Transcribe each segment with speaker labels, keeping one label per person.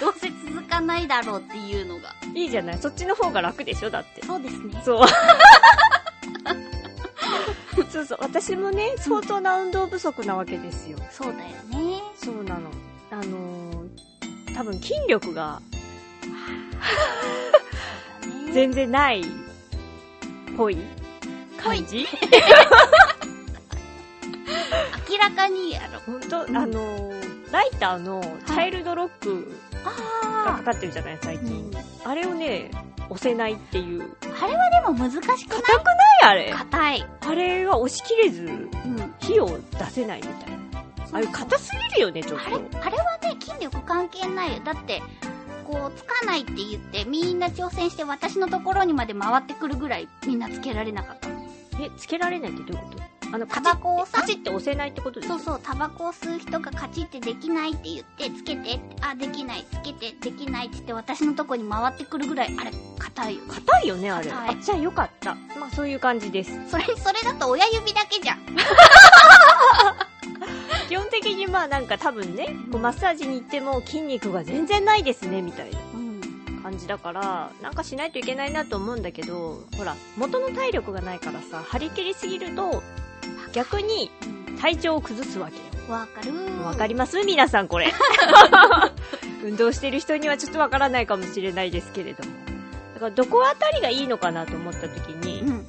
Speaker 1: どうせ続かないだろうっていうのが
Speaker 2: いいじゃないそっちの方が楽でしょだって。
Speaker 1: そうですね
Speaker 2: そう。そうそう。私もね、相当な運動不足なわけですよ。
Speaker 1: そうだよね
Speaker 2: そうなの。あのー、多分筋力が全然ないっぽい感じ
Speaker 1: 明らかにやろ
Speaker 2: 本当、
Speaker 1: うん
Speaker 2: あのー、ライターのチャイルドロックが
Speaker 1: あ
Speaker 2: かかってるじゃない最
Speaker 1: ー、う
Speaker 2: 近、
Speaker 1: ん、で
Speaker 2: あれをね、押せないっていう。ね
Speaker 1: も難しくない
Speaker 2: あれ
Speaker 1: 硬い
Speaker 2: あれが押し切れず、
Speaker 1: うん
Speaker 2: 火を出せないみたいな。あれ硬すぎるよね、ちょっ
Speaker 1: あれあれはね筋力関係ないよだってこうつかないって言ってみんな挑戦して私のところにまで回ってくるぐらいみんなつけられなかった
Speaker 2: と。え、つけられないってどういうことあの、
Speaker 1: タバコをさ
Speaker 2: カチッて押せないってことです
Speaker 1: そ
Speaker 2: よ
Speaker 1: うそうタバコを吸う人がカチってできないって言ってつけてあできないつけてできないって言って私のとこに回ってくるぐらいあれ硬いよ
Speaker 2: 硬いよね、あれ。
Speaker 1: 硬い
Speaker 2: あ、じゃあよかった。まあそういう感じです。
Speaker 1: それそれだと親指だけじゃん
Speaker 2: 基本的にまあなんか多分ね、こうマッサージに行っても筋肉が全然ないですね、みたいな
Speaker 1: うん
Speaker 2: 感じだから、なんかしないといけないなと思うんだけど、ほら、元の体力がないからさ、張り切りすぎると、逆に体調を崩すわけよ。
Speaker 1: わかるー
Speaker 2: わかります皆さんこれ。 運動してる人にはちょっとわからないかもしれないですけれども。だからどこあたりがいいのかなと思った時
Speaker 1: う
Speaker 2: に、
Speaker 1: ん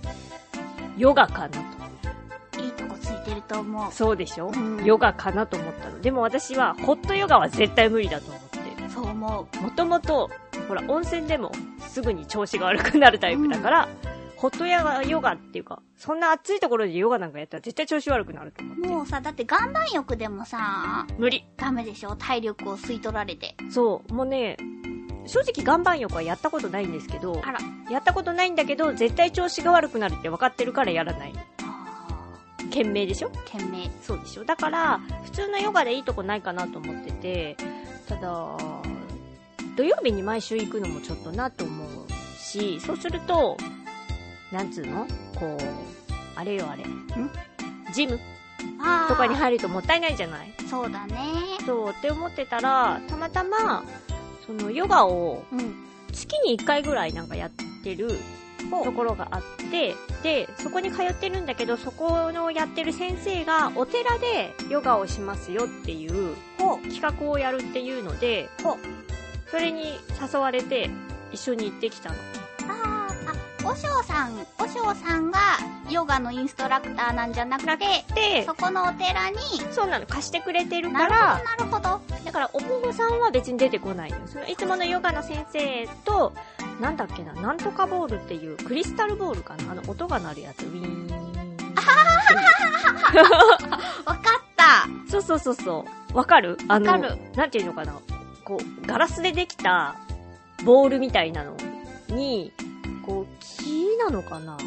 Speaker 2: ヨガかなと。
Speaker 1: いいとこついてると思う
Speaker 2: そうでしょ、
Speaker 1: うん
Speaker 2: ヨガかなと思ったの。でも私はホットヨガは絶対無理だと思って。
Speaker 1: そう思
Speaker 2: もともと、ほら、温泉でもすぐに調子が悪くなるタイプだから、ホットヨガ、ヨガっていうか、そんな暑いところでヨガなんかやったら絶対調子悪くなると思
Speaker 1: うもうさだって岩盤浴でもさ
Speaker 2: う。無理。
Speaker 1: ダメでしょ体力を吸い取られて
Speaker 2: そう、もうね、正直岩盤浴はやったことないんですけど、
Speaker 1: あら
Speaker 2: やったことないんだけど、絶対調子が悪くなるって分かってるからやらない。懸命でしょ
Speaker 1: 懸命
Speaker 2: そうでしょだから、普通のヨガでいいとこないかなと思ってて、ただ、土曜日に毎週行くのもちょっとなと思うし、そうすると、なんつうのこう、あれよあれ。んジム
Speaker 1: あー
Speaker 2: とかに入るともったいないじゃない
Speaker 1: そうだね
Speaker 2: そう、って思ってたら、たまたま、そのヨガを
Speaker 1: うん
Speaker 2: 月に1回ぐらいなんかやってるところがあって、で、そこに通ってるんだけど、そこのやってる先生がお寺でヨガをしますよっていう
Speaker 1: ほ
Speaker 2: 企画をやるっていうので、
Speaker 1: ほう
Speaker 2: それに誘われて一緒に行ってきたの。
Speaker 1: あーあおしょうさんおしょうさんがヨガのインストラクターなんじゃなくて
Speaker 2: で
Speaker 1: そ、このお寺に
Speaker 2: そうなの、貸してくれてる
Speaker 1: な
Speaker 2: か
Speaker 1: る
Speaker 2: ら、
Speaker 1: ほどなるほど
Speaker 2: だからお坊さんは別に出てこないのよ。そのいつものヨガの先生と、なんだっけな、なんとかボールっていう、クリスタルボールかなあの音が鳴るやつ、ウィーン。
Speaker 1: わかった
Speaker 2: そうそうそうそう。わかるあの
Speaker 1: わかる
Speaker 2: なんていうのかな。こう、ガラスでできたボールみたいなのに、こう、木なのかな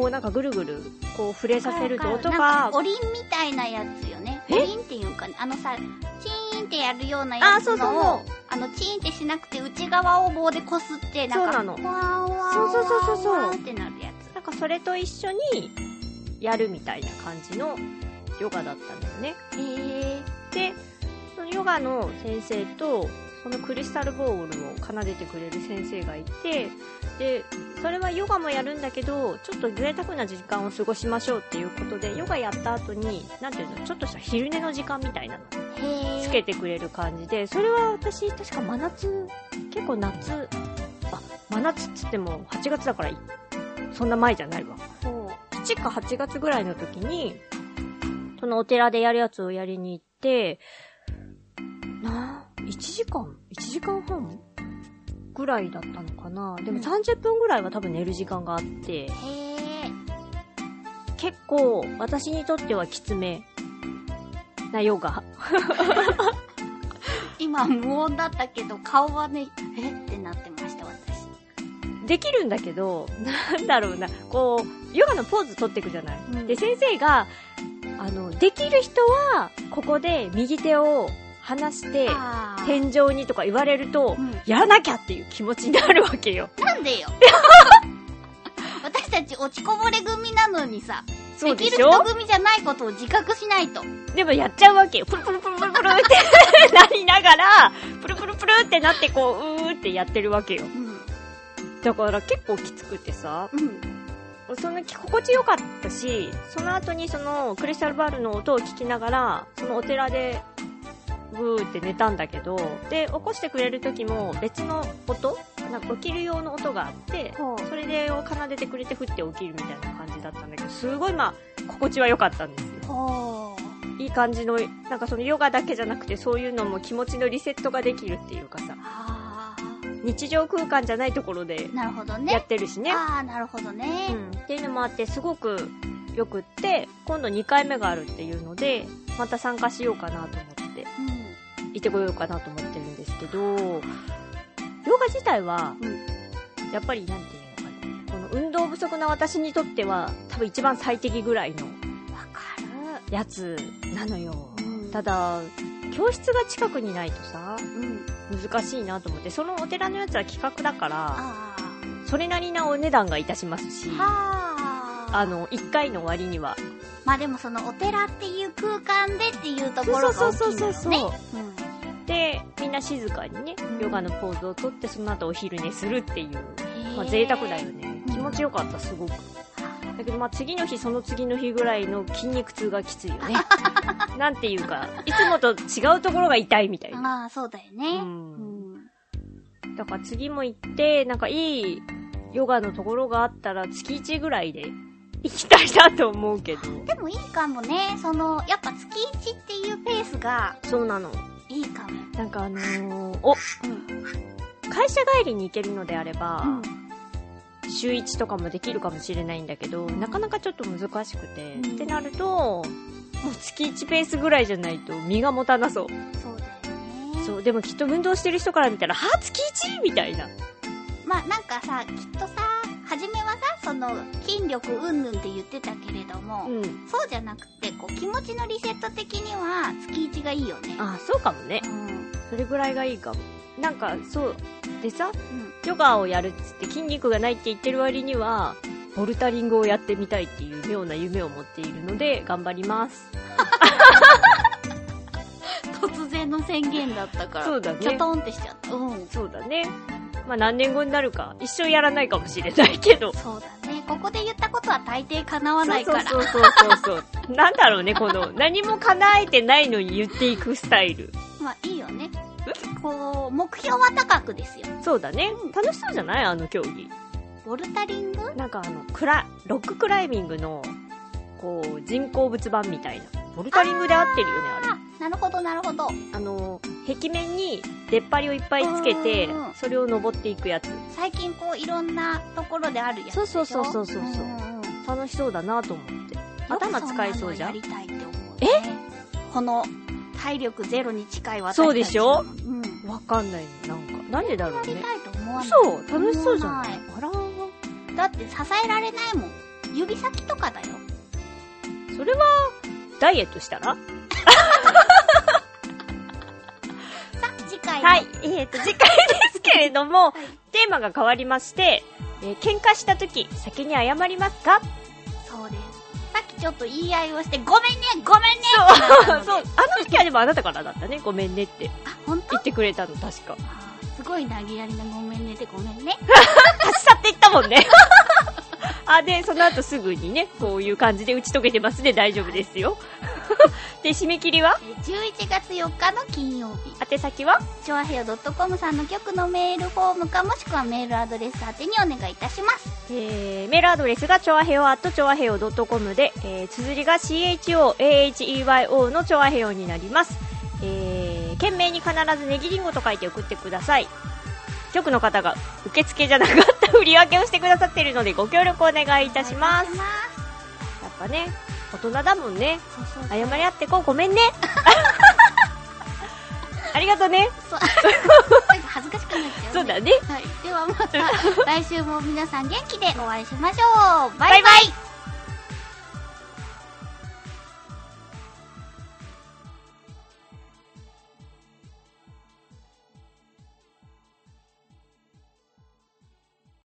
Speaker 2: をなんかぐるぐる、こう、触れさせると音
Speaker 1: なん
Speaker 2: が
Speaker 1: か、おりんみたいなやつよねお
Speaker 2: え
Speaker 1: りんっていうかあのさチーンってやるような
Speaker 2: あ
Speaker 1: や
Speaker 2: ー、そ
Speaker 1: つ
Speaker 2: うそう
Speaker 1: の
Speaker 2: そう。
Speaker 1: あのチーンってしなくて内側を棒でこすってなんか
Speaker 2: そうなの
Speaker 1: わーわーわー
Speaker 2: そうそうそうそうそう
Speaker 1: わーってなるやつ
Speaker 2: なんかそれと一緒にやるみたいな感じのヨガだったんだよね。
Speaker 1: へえ
Speaker 2: で、そのヨガの先生と、そのクリスタルボールを奏でてくれる先生がいて、で、それはヨガもやるんだけど、ちょっと贅沢な時間を過ごしましょうっていうことで、ヨガやった後に、なんていうの、ちょっとした昼寝の時間みたいなの
Speaker 1: へえ
Speaker 2: つけてくれる感じで、それは私、確か真夏、結構夏、あ、真夏っつっても8月だから、そんな前じゃないわ。
Speaker 1: ほう
Speaker 2: 7 7か8月ぐらいの時に、そのお寺でやるやつをやりに行って、なあ、1時間 ?1 時間半ぐらいだったのかなでも
Speaker 1: うん
Speaker 2: 30分ぐらいは多分寝る時間があって、
Speaker 1: へえ。
Speaker 2: 結構私にとってはきつめなヨガ。
Speaker 1: 今無音だったけど、顔はね、えってなってました、私。
Speaker 2: できるんだけど、なんだろうな、こう、ヨガのポーズ取っていくじゃない、
Speaker 1: うん
Speaker 2: で、先生が、あの、できる人は、ここで右手を離して、
Speaker 1: あー
Speaker 2: 天井にとか言われると
Speaker 1: う、ん
Speaker 2: やらなきゃっていう気持ちになるわけよ。
Speaker 1: なんで よ。私たち落ちこぼれ組なのにさ、
Speaker 2: そ
Speaker 1: で
Speaker 2: うで
Speaker 1: きる
Speaker 2: しょ
Speaker 1: 人組じゃないことを自覚しないと。
Speaker 2: でもやっちゃうわけよ。プルプルプルプルプルって なりながら、プルプルプルってなってこう、うーってやってるわけよ。
Speaker 1: うん。
Speaker 2: だから結構きつくてさ、
Speaker 1: うん。
Speaker 2: そんな心地よかったし、その後にそのクリスタルバールの音を聞きながら、そのお寺で、ブーって寝たんだけど、で、起こしてくれる時も別の音なんか起きる用の音があって、
Speaker 1: こ
Speaker 2: それでを奏でてくれて降って起きるみたいな感じだったんだけど、すごいまあ、心地は良かったんですよ。
Speaker 1: う。ほう。
Speaker 2: いい感じの、なんかそのヨガだけじゃなくてそういうのも気持ちのリセットができるっていうかさ、
Speaker 1: あ
Speaker 2: 日常空間じゃないところで
Speaker 1: ー。なるほど
Speaker 2: や
Speaker 1: ね
Speaker 2: っ。てるしね。
Speaker 1: あー、なるほど
Speaker 2: う
Speaker 1: ね。
Speaker 2: ん、っていうのもあって、すごくよくって、今度2回目があるっていうので、また参加しようかなと思って、
Speaker 1: うん。
Speaker 2: 行ってこようかなと思ってるんですけど、ヨガ自体は、やっぱりなんていうのかな、この運動不足な私にとっては、多分一番最適ぐらいの
Speaker 1: わか
Speaker 2: やつなのよ。
Speaker 1: る。うん
Speaker 2: ただ、教室が近くにないとさ、
Speaker 1: うん。
Speaker 2: 難しいなと思って、そのお寺のやつは企画だから、
Speaker 1: あ
Speaker 2: それなりなお値段がいたしますし
Speaker 1: ー。、はー。
Speaker 2: あの、1回の割には。
Speaker 1: まあでもそのお寺っていう空間でっていうとこ
Speaker 2: そ
Speaker 1: ろ
Speaker 2: うそ
Speaker 1: が大
Speaker 2: う
Speaker 1: きい
Speaker 2: そ
Speaker 1: んだ
Speaker 2: うそ
Speaker 1: よ
Speaker 2: うそう、
Speaker 1: ね。
Speaker 2: で、みんな静かにね
Speaker 1: うん、
Speaker 2: ヨガのポーズをとって、その後お昼寝するっていう、
Speaker 1: へー
Speaker 2: まあ贅沢だよ。ね。
Speaker 1: うん
Speaker 2: 気持ちよかった、すごく。だけどまあ次の日、その次の日ぐらいの筋肉痛がきついよ ね。なんていうか、いつもと違うところが痛いみたいな。
Speaker 1: まあそうだよ
Speaker 2: う。
Speaker 1: ね。うんん。
Speaker 2: だから次も行って、なんかいいヨガのところがあったら月1ぐらいで行きたいなと思うけど。
Speaker 1: でもいいかもね。その、やっぱ月一っていうペースが
Speaker 2: そうなの。
Speaker 1: いいかも。
Speaker 2: なんかあのー、お
Speaker 1: うん。
Speaker 2: 会社帰りに行けるのであれば、
Speaker 1: うん
Speaker 2: 週1とかもできるかもしれないんだけど、なかなかちょっと難しくて、
Speaker 1: うん
Speaker 2: ってなると、もう月1ペースぐらいじゃないと身が持たなそう。
Speaker 1: そうだよね。
Speaker 2: そう、でもきっと運動してる人から見たら、はぁ月 1! みたいな。
Speaker 1: まあなんかさ、きっとさ、初めはさ、その、筋力うんぬんって言ってたけれども、
Speaker 2: ん。
Speaker 1: そうじゃなくて、こう、気持ちのリセット的には月一がいいよね。
Speaker 2: あ、そうかもね
Speaker 1: う。ん。
Speaker 2: それぐらいがいいかも。なんか、そう。でさ、
Speaker 1: うん。
Speaker 2: ヨガをやるっつって筋肉がないって言ってる割には、ボルタリングをやってみたいっていう妙な夢を持っているので、頑張ります。
Speaker 1: 突然の宣言だったから。
Speaker 2: そうだ
Speaker 1: キョ
Speaker 2: ね。
Speaker 1: トンってしちゃった。うん。
Speaker 2: そうだね。まあ何年後になるか、一生やらないかもしれないけど。
Speaker 1: そうだね。ここで言ったことは大抵叶わないから。
Speaker 2: そうそうそうそう そう。なんだろうね、この、何も叶えてないのに言っていくスタイル。
Speaker 1: まあいいよね。こう、目標は高くですよ。
Speaker 2: そうだね。楽しそうじゃないあの競技。
Speaker 1: ボルタリング
Speaker 2: なんかあの、クラ、ロッククライミングの、こう、人工物版みたいな。ボルタリングで合ってるよね、あれ。
Speaker 1: あ、なるほどなるほど。
Speaker 2: あの、壁面に出っ張りをいっぱいつけて
Speaker 1: うん、
Speaker 2: それを登っていくやつ。
Speaker 1: 最近こういろんなところであるやつでしょ。
Speaker 2: そうそうそうそうそうそうん
Speaker 1: んん
Speaker 2: 楽しそうだなと思って。頭使えそうじゃん
Speaker 1: よくそんなのやりたいって思う、ね。えこの体力ゼロに近い私たち
Speaker 2: そうでし
Speaker 1: う
Speaker 2: ょ
Speaker 1: ん。
Speaker 2: わかんないの、なんか。なんでだろ
Speaker 1: や
Speaker 2: う
Speaker 1: り
Speaker 2: ね。
Speaker 1: たいと思わない。
Speaker 2: 嘘楽しそうじゃない
Speaker 1: 思
Speaker 2: あらー
Speaker 1: だって支えられないもん。指先とかだよ。
Speaker 2: それは、ダイエットしたら
Speaker 1: さあ、次回の
Speaker 2: はい、えっ、と、次回ですけれども、テーマが変わりまして、えー喧嘩した時、先に謝りますか
Speaker 1: そうです。さっきちょっと言い合いをして、ごめんねごめんねってなったので
Speaker 2: そう、あの時はでもあなたからだったね、ごめんねって
Speaker 1: あ、ほんと
Speaker 2: 言ってくれたの、確 か。
Speaker 1: あーすごい投げやりなごめんねってごめんね。
Speaker 2: 立ち去っていったも んね。あ、で、その後すぐにね、こういう感じで打ち解けてますね、大丈夫ですよ。 で、締め切りは
Speaker 1: 11月4日の金曜日。
Speaker 2: 宛先は
Speaker 1: チョアヘヨ .com さんの局のメールフォームかもしくはメールアドレス宛てにお願いいたします。
Speaker 2: えーメールアドレスがチョアヘオアットチョアヘオ .com で、えー、綴りが CHOAHEYO のチョアヘオになります、えー、懸命に必ずネギリンゴと書いて送ってください局の方が受付じゃなかった振り分けをしてくださっているのでご協力お願いいたします
Speaker 1: お
Speaker 2: やっ
Speaker 1: 願
Speaker 2: ぱね大人だもんね
Speaker 1: いします。そうそう
Speaker 2: 謝り合ってこうごめんねありがとうね
Speaker 1: そう。 なんか恥ずかしくなっちゃ、
Speaker 2: そううだ
Speaker 1: ね。
Speaker 2: ね
Speaker 1: はい。ではまた、来週も皆さん元気でお会いしましょう。バイバイ。
Speaker 2: バイバイ